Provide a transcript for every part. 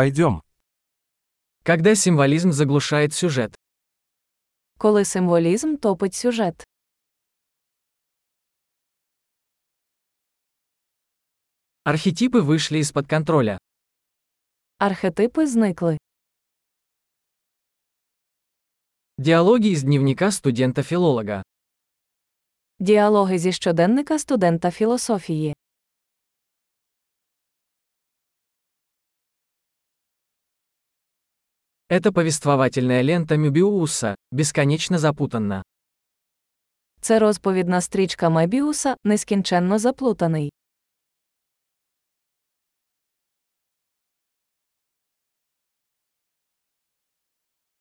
Пойдем. Когда символизм заглушает сюжет. Коли символізм топить сюжет. Архетипы вышли из-под контроля. Архетипи зникли. Диалоги из дневника студента-филолога. Діалоги зі щоденника студента філософії. Это повествовательная лента Мюбиуса, бесконечно запутанна. Це розповідна стрічка Мебіуса, нескінченно заплутаний.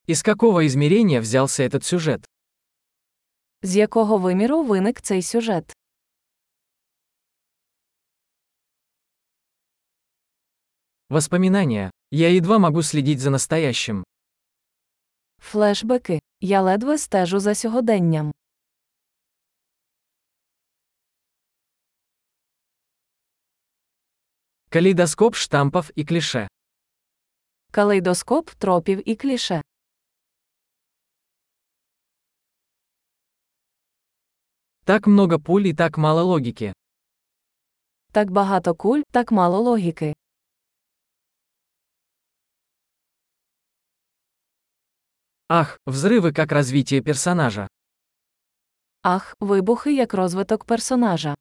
Из какого измерения взялся этот сюжет? З якого виміру виник цей сюжет? Воспоминания. Я едва могу следить за настоящим. Флешбеки. Я ледве стежу за сьогоденням. Калейдоскоп штампов и клише. Калейдоскоп тропів і кліше. Так много пуль и так мало логики. Так багато куль, так мало логіки. Ах, взрывы как развитие персонажа. Ах, вибухи як розвиток персонажа.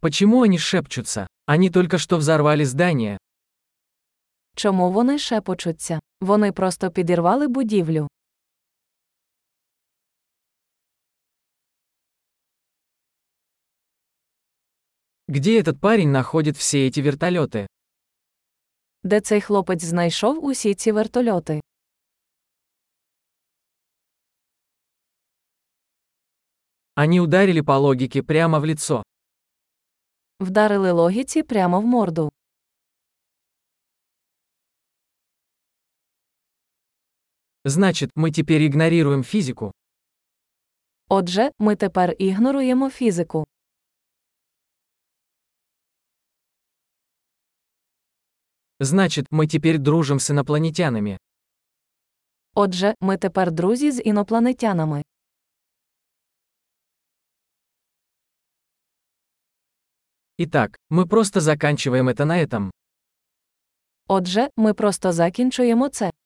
Почему они шепчутся? Они только что взорвали здание. Чому вони шепочуться? Вони просто підірвали будівлю. Где этот парень находит все эти вертолеты? Де цей хлопець знайшов усі ці вертольоти? Они ударили по логике прямо в лицо. Вдарили логіці прямо в морду. Значит, мы теперь игнорируем физику. Отже, ми тепер ігноруємо фізику. Значит, мы теперь дружим с инопланетянами. Отже, ми тепер друзі з інопланетянами. Итак, мы просто заканчиваем это на этом. Отже, ми просто закінчуємо це.